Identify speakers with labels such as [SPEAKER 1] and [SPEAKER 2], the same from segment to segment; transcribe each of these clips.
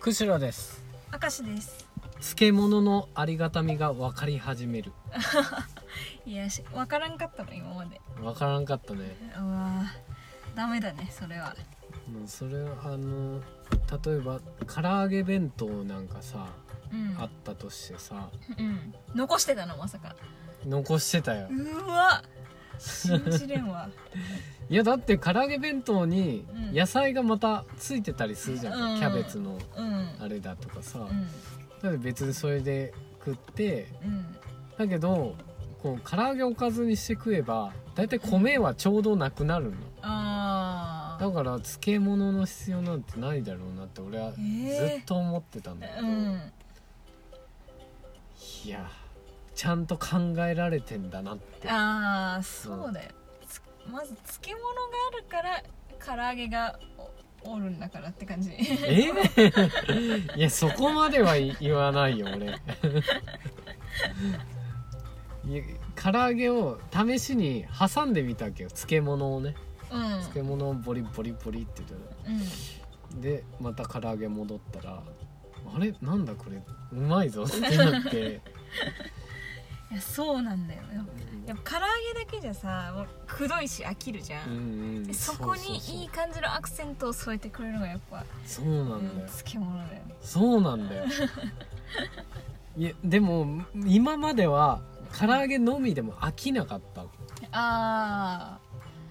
[SPEAKER 1] くしろです
[SPEAKER 2] 明石です
[SPEAKER 1] 漬物のありがたみが分かり始める
[SPEAKER 2] いやし分からんかったの今まで
[SPEAKER 1] 分からんかったね
[SPEAKER 2] うわーダメだねそれは
[SPEAKER 1] もうそれはあの例えば唐揚げ弁当なんかさ
[SPEAKER 2] うん
[SPEAKER 1] あったとしてさ
[SPEAKER 2] うん残してたのまさか
[SPEAKER 1] 残してたよ
[SPEAKER 2] うわ信じれん わ
[SPEAKER 1] いやだって唐揚げ弁当に
[SPEAKER 2] うん
[SPEAKER 1] 野菜がまたついてたりするじゃん、
[SPEAKER 2] うん
[SPEAKER 1] キャベツの
[SPEAKER 2] うん
[SPEAKER 1] あれだとかさ、
[SPEAKER 2] うん
[SPEAKER 1] だって別にそれで食って
[SPEAKER 2] うん
[SPEAKER 1] だけどこう唐揚げおかずにして食えば大体米はちょうどなくなるの
[SPEAKER 2] あ
[SPEAKER 1] だから漬物の必要なんてないだろうなって俺は
[SPEAKER 2] え
[SPEAKER 1] ず
[SPEAKER 2] え
[SPEAKER 1] っと思ってたんだけ
[SPEAKER 2] ー、
[SPEAKER 1] ど、
[SPEAKER 2] うん
[SPEAKER 1] いやちゃんと考えられてんだなって
[SPEAKER 2] ああそうだよ、つまず漬物があるから唐揚げがおおるんだからっ て感じ
[SPEAKER 1] え いやそこまではい言わないよ俺 いや唐揚げを試しに挟んでみたわけよ漬物をね
[SPEAKER 2] うんうん
[SPEAKER 1] 漬物をボリボリボリって言ってでまた唐揚げ戻ったらあれなんだこれうまいぞってな って、
[SPEAKER 2] いやそうなんだよやっぱ唐揚げだけじゃさもうくどいし飽きるじゃ、
[SPEAKER 1] うんんうん、
[SPEAKER 2] でそこにいい感じのアクセントを添えてくれるのがやっぱ
[SPEAKER 1] そうそうそうそうな
[SPEAKER 2] うん
[SPEAKER 1] だよ、
[SPEAKER 2] 漬物だよね
[SPEAKER 1] そうなんだ よいやでも今までは唐揚げのみでも飽きなかった
[SPEAKER 2] あ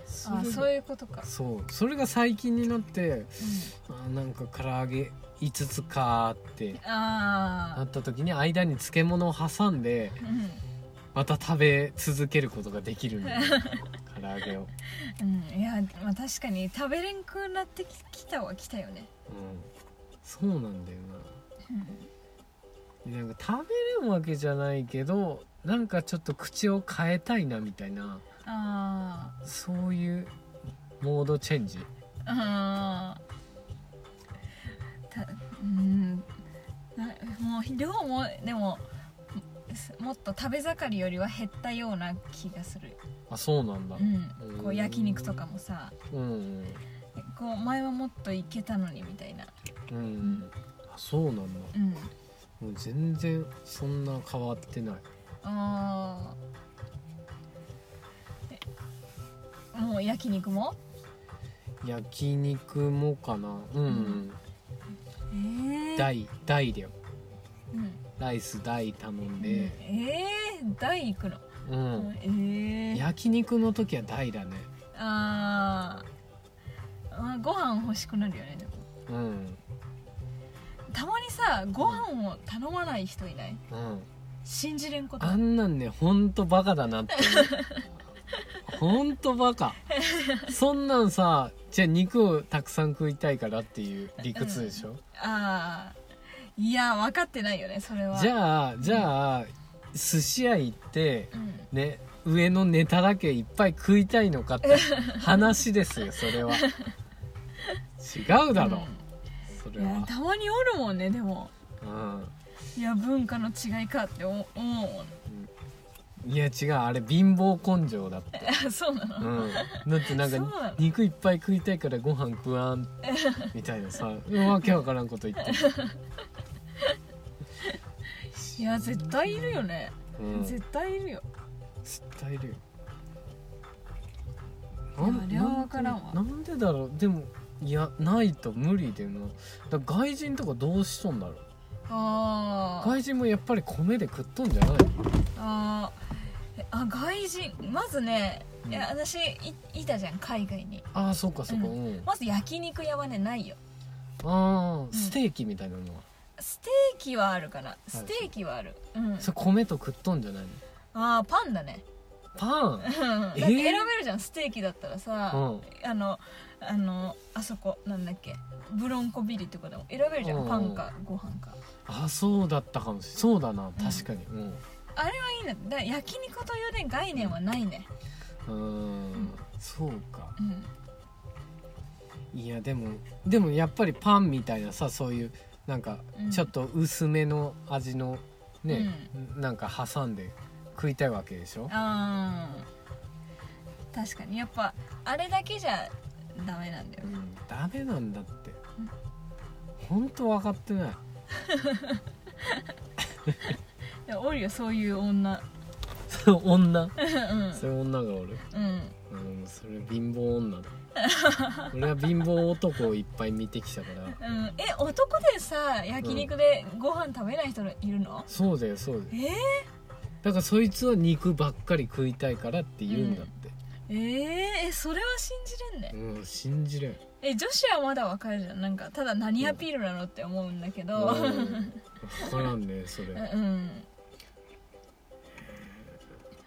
[SPEAKER 2] ー
[SPEAKER 1] そ
[SPEAKER 2] あーそう
[SPEAKER 1] う
[SPEAKER 2] いうことか、
[SPEAKER 1] そうそれが最近になって
[SPEAKER 2] う
[SPEAKER 1] あーなんか唐揚げ5つかーって
[SPEAKER 2] ん、あ
[SPEAKER 1] な
[SPEAKER 2] あ
[SPEAKER 1] った時に間に漬物を挟んで
[SPEAKER 2] うん
[SPEAKER 1] また食べ続けることができるんだよ 唐揚げを、
[SPEAKER 2] うん、いや、まあ、確かに食べれんくなってききたはきたよね、
[SPEAKER 1] うん、そうなんだよ
[SPEAKER 2] うん
[SPEAKER 1] ななんか食べれんわけじゃないけどなんかちょっと口を変えたいなみたいな
[SPEAKER 2] あー
[SPEAKER 1] そういうモードチェンジ
[SPEAKER 2] あーたうんなもう量もでもすもっと食べ盛りよりは減ったような気がする、
[SPEAKER 1] あそうなんだ
[SPEAKER 2] うん、こ
[SPEAKER 1] う
[SPEAKER 2] うん焼肉とかもさ
[SPEAKER 1] うんうん
[SPEAKER 2] こう前はもっといけたのにみたいな、
[SPEAKER 1] うん、あそうなんだ
[SPEAKER 2] うん、
[SPEAKER 1] もう全然そんな変わってない
[SPEAKER 2] あーえもう焼肉も
[SPEAKER 1] 焼肉もかなうん、うん、
[SPEAKER 2] えー
[SPEAKER 1] 大大だよ
[SPEAKER 2] うん
[SPEAKER 1] ライス大頼んで
[SPEAKER 2] えー、大行くの、
[SPEAKER 1] うん、
[SPEAKER 2] えー、
[SPEAKER 1] 焼肉の時は大だね
[SPEAKER 2] あーあご飯欲しくなるよねでも
[SPEAKER 1] うん
[SPEAKER 2] たまにさご飯を頼まない人いない
[SPEAKER 1] うん
[SPEAKER 2] 信じれんこと
[SPEAKER 1] あんなんねほんとバカだなって思う ほんとバカそんなんさじゃあ肉をたくさん食いたいからっていう理屈でしょ、
[SPEAKER 2] あーいや分かってないよねそれは
[SPEAKER 1] じ
[SPEAKER 2] あ
[SPEAKER 1] ゃあじゃあ寿司屋行って
[SPEAKER 2] うん
[SPEAKER 1] ね上のネタだけいっぱい食いたいのかって 話ですよそれは違うだろ、それ
[SPEAKER 2] うんいや
[SPEAKER 1] は、
[SPEAKER 2] たまにおるもんねでもいや文化の違いかって思う思うもん
[SPEAKER 1] うん、いや違うあれ貧乏根性だって、
[SPEAKER 2] あそうなの、
[SPEAKER 1] うん、だってなん
[SPEAKER 2] そう
[SPEAKER 1] か
[SPEAKER 2] なの
[SPEAKER 1] 肉いっぱい食いたいからご飯食わんみたいな さわけわからんこと言ってる、
[SPEAKER 2] いや絶対いるよね、
[SPEAKER 1] うん、
[SPEAKER 2] 絶対いるよ
[SPEAKER 1] 絶対いるよ
[SPEAKER 2] いやあれは分からんわ
[SPEAKER 1] なんでだろうでもいやないと無理でもだから外人とかどうしとんだろう
[SPEAKER 2] あー
[SPEAKER 1] 外人もやっぱり米で食っとんじゃない
[SPEAKER 2] あーえあ外人まずね、
[SPEAKER 1] うん
[SPEAKER 2] いや私いいたじゃん海外に
[SPEAKER 1] ああそうかそうかう、
[SPEAKER 2] うん
[SPEAKER 1] あ
[SPEAKER 2] まず焼肉屋はねないよ
[SPEAKER 1] あー
[SPEAKER 2] ん
[SPEAKER 1] ステーキみたいなのは、
[SPEAKER 2] ステーキはあるかなステーキはある、うん
[SPEAKER 1] それ米と食っとんじゃないの
[SPEAKER 2] ああパンだね
[SPEAKER 1] パン
[SPEAKER 2] うんだって
[SPEAKER 1] えー
[SPEAKER 2] 選べるじゃんステーキだったら
[SPEAKER 1] う
[SPEAKER 2] さ、
[SPEAKER 1] ん
[SPEAKER 2] あのあのあそこなんだっけブロンコビリとかでも選べるじゃん、
[SPEAKER 1] うん
[SPEAKER 2] パンかご飯か
[SPEAKER 1] ああそうだったかもしれないそうだな確かに
[SPEAKER 2] あれはいいなだから焼肉というね概念はないね
[SPEAKER 1] うんうーんそうか
[SPEAKER 2] うん
[SPEAKER 1] いやでもでもやっぱりパンみたいなさそういうなんか
[SPEAKER 2] うん
[SPEAKER 1] ちょっと薄めの味のね、なんか挟んで食いたいわけでしょ
[SPEAKER 2] あー確かにやっぱあれだけじゃダメなんだよ
[SPEAKER 1] うんダメなんだって
[SPEAKER 2] うん
[SPEAKER 1] 本当分かってない
[SPEAKER 2] でもおるよそういう女
[SPEAKER 1] その女
[SPEAKER 2] うん
[SPEAKER 1] そういう女がおる
[SPEAKER 2] うん
[SPEAKER 1] うんそれ貧乏女 だ俺は貧乏男をいっぱい見てきたから
[SPEAKER 2] うん、え男でさ焼肉でご飯食べない人いるの、
[SPEAKER 1] そうだよそうだよ
[SPEAKER 2] え
[SPEAKER 1] だからそいつは肉ばっかり食いたいからって言うんだって
[SPEAKER 2] ー、えーえそれは信じれんね
[SPEAKER 1] うん、信じれん
[SPEAKER 2] え女子はまだわかるじゃんなんかただ何アピールなのって思うんだけど
[SPEAKER 1] わ
[SPEAKER 2] う
[SPEAKER 1] からんねそれ
[SPEAKER 2] んうん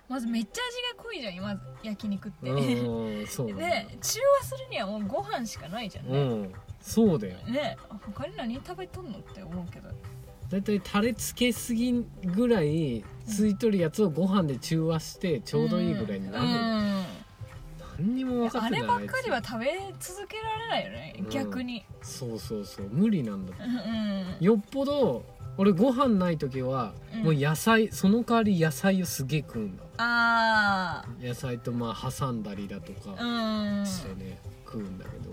[SPEAKER 2] まずめっちゃ味が濃いじゃん今焼肉ってね
[SPEAKER 1] うんそうなんだ
[SPEAKER 2] 中和するにはもうご飯しかないじゃん
[SPEAKER 1] う
[SPEAKER 2] ね、
[SPEAKER 1] んそうだよ
[SPEAKER 2] ね他に何食べとんのって思うけど
[SPEAKER 1] だいたいタレつけすぎぐらいついとるやつをご飯で中和してちょうどいいぐらいになる、
[SPEAKER 2] うん
[SPEAKER 1] 何にも分かっ
[SPEAKER 2] あ
[SPEAKER 1] てない
[SPEAKER 2] ればっかりは
[SPEAKER 1] あい
[SPEAKER 2] 食べ続けられないよね、
[SPEAKER 1] うん
[SPEAKER 2] 逆に
[SPEAKER 1] つそうそうそう無理なんだって
[SPEAKER 2] うんうん
[SPEAKER 1] よっぽど俺ご飯ない時は
[SPEAKER 2] うん
[SPEAKER 1] もう野菜、その代わり野菜をすげえ食うんだ
[SPEAKER 2] あ
[SPEAKER 1] 野菜とまあ挟んだりだとか
[SPEAKER 2] あうん
[SPEAKER 1] してね、食うんだけど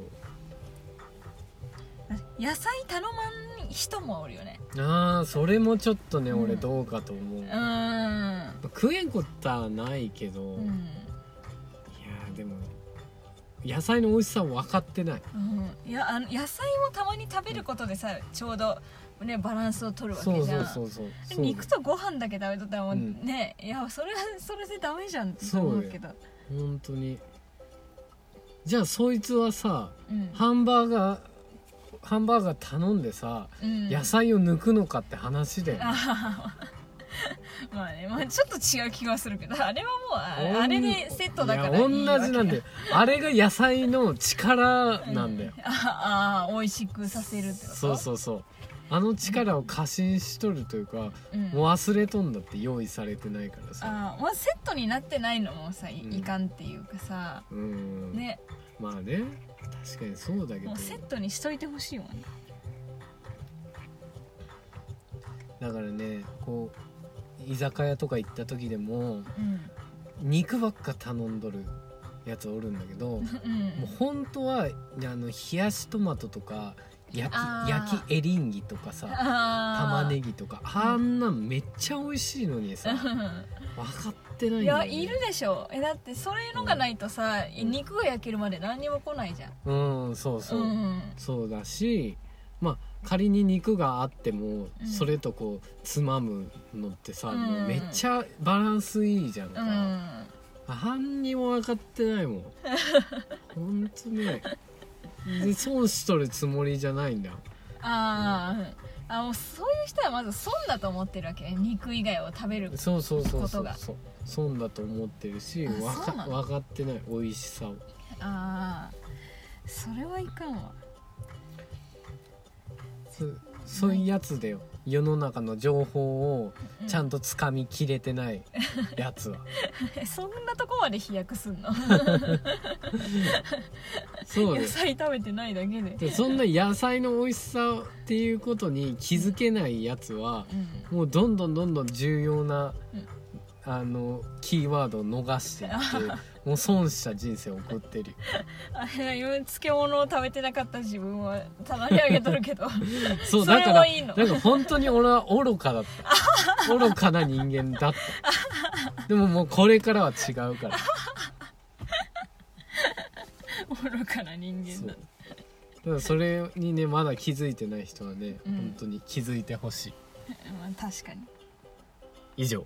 [SPEAKER 2] 野菜頼まん人もおるよね
[SPEAKER 1] あーそれもちょっとね、
[SPEAKER 2] うん
[SPEAKER 1] 俺どうかと思う、
[SPEAKER 2] う
[SPEAKER 1] まあ
[SPEAKER 2] ん
[SPEAKER 1] 食えんことはないけど、
[SPEAKER 2] う
[SPEAKER 1] いや
[SPEAKER 2] ん、
[SPEAKER 1] ーでも野菜の美味しさを分かってない
[SPEAKER 2] うん、いやあの野菜もたまに食べることでさちょうどねバランスを取るわ
[SPEAKER 1] そ
[SPEAKER 2] け
[SPEAKER 1] う
[SPEAKER 2] じゃ
[SPEAKER 1] そ
[SPEAKER 2] ん
[SPEAKER 1] うそうそうそう
[SPEAKER 2] 肉とご飯だけ食べとったらもう
[SPEAKER 1] うん
[SPEAKER 2] ね、いやそれはそれでダメじゃんって
[SPEAKER 1] そうよ
[SPEAKER 2] 思うけど
[SPEAKER 1] 本当にじゃあそいつはさ
[SPEAKER 2] うん
[SPEAKER 1] ハンバーガーハンバーガー頼んでさ、
[SPEAKER 2] うん
[SPEAKER 1] 野菜を抜くのかって話だよね
[SPEAKER 2] あははまあね、まあ、ちょっと違う気がするけどあれはもう
[SPEAKER 1] おん
[SPEAKER 2] ああれでセットだ
[SPEAKER 1] い
[SPEAKER 2] からいい
[SPEAKER 1] や同じなんだよ
[SPEAKER 2] よ
[SPEAKER 1] あれが野菜の力なんだよ、
[SPEAKER 2] ああ美味しくさせるってこと
[SPEAKER 1] そうそうそうあの力を過信しとるというか、
[SPEAKER 2] うん、
[SPEAKER 1] もう忘れとんだって用意されてないからさ
[SPEAKER 2] あーまあセットになってないのもさい,、
[SPEAKER 1] うん
[SPEAKER 2] かんっていうかさ
[SPEAKER 1] うん、
[SPEAKER 2] ね
[SPEAKER 1] まあね確かにそうだけど
[SPEAKER 2] もうセットにしといてほしいもんね
[SPEAKER 1] だからねこう居酒屋とか行った時でも
[SPEAKER 2] うん
[SPEAKER 1] 肉ばっか頼んどるやつおるんだけど
[SPEAKER 2] うん
[SPEAKER 1] もう本当はあの冷やしトマトとか焼
[SPEAKER 2] あ
[SPEAKER 1] き
[SPEAKER 2] ー
[SPEAKER 1] 焼きエリンギとかさ
[SPEAKER 2] あ
[SPEAKER 1] 玉ね
[SPEAKER 2] ぎ
[SPEAKER 1] ぎとかあんなんめっちゃ美味しいのにさ分かってない
[SPEAKER 2] い
[SPEAKER 1] んだ
[SPEAKER 2] や
[SPEAKER 1] よ、ね、
[SPEAKER 2] いるでしょえだってそういうのがないとさ、
[SPEAKER 1] ん
[SPEAKER 2] 肉が焼けるまで何にも来ないじゃん
[SPEAKER 1] うんそうそう、
[SPEAKER 2] ん
[SPEAKER 1] そうだしまあ仮に肉があっても、
[SPEAKER 2] うん
[SPEAKER 1] それとこうつまむのってさ、
[SPEAKER 2] うん
[SPEAKER 1] もうめっちゃバランスいいじゃん
[SPEAKER 2] う
[SPEAKER 1] か、
[SPEAKER 2] ん
[SPEAKER 1] 何にも分かってない もんほんとねで損しとるつもりじゃないんだ
[SPEAKER 2] あー、あもうそういう人はまず損だと思ってるわけね肉以外を食べる
[SPEAKER 1] そうそうそう
[SPEAKER 2] こ
[SPEAKER 1] そ
[SPEAKER 2] と
[SPEAKER 1] う
[SPEAKER 2] が
[SPEAKER 1] そう損だと思ってるし
[SPEAKER 2] あ
[SPEAKER 1] 分
[SPEAKER 2] そう
[SPEAKER 1] か
[SPEAKER 2] なの
[SPEAKER 1] 分かってない美味しさを
[SPEAKER 2] ああそれはいかんわ
[SPEAKER 1] そそういうやつだよ世の中の情報をちゃん
[SPEAKER 2] と
[SPEAKER 1] と掴みきれてないやつは
[SPEAKER 2] そんなとこまで飛躍すんの
[SPEAKER 1] そうだ
[SPEAKER 2] 野
[SPEAKER 1] よ
[SPEAKER 2] 菜食べてないだけで
[SPEAKER 1] でそんな野菜の美味しさっていうことに気づけないやつは
[SPEAKER 2] うん
[SPEAKER 1] もうどんどんどんどん重要な
[SPEAKER 2] うん
[SPEAKER 1] あのキーワードを逃していって もう損した人生を送ってるよ
[SPEAKER 2] あいや漬物を食べてなかった自分は棚にあげとる けど
[SPEAKER 1] そう
[SPEAKER 2] それ
[SPEAKER 1] だから
[SPEAKER 2] はいいの
[SPEAKER 1] だから本当に俺は愚かだった 愚かな人間だったでももうこれからは違うから
[SPEAKER 2] 愚かな人
[SPEAKER 1] そうだ
[SPEAKER 2] 間だ
[SPEAKER 1] からそれにねまだ気づいてない人はね、
[SPEAKER 2] うん
[SPEAKER 1] 本当に気づいてほしい
[SPEAKER 2] まあ確かに
[SPEAKER 1] 以上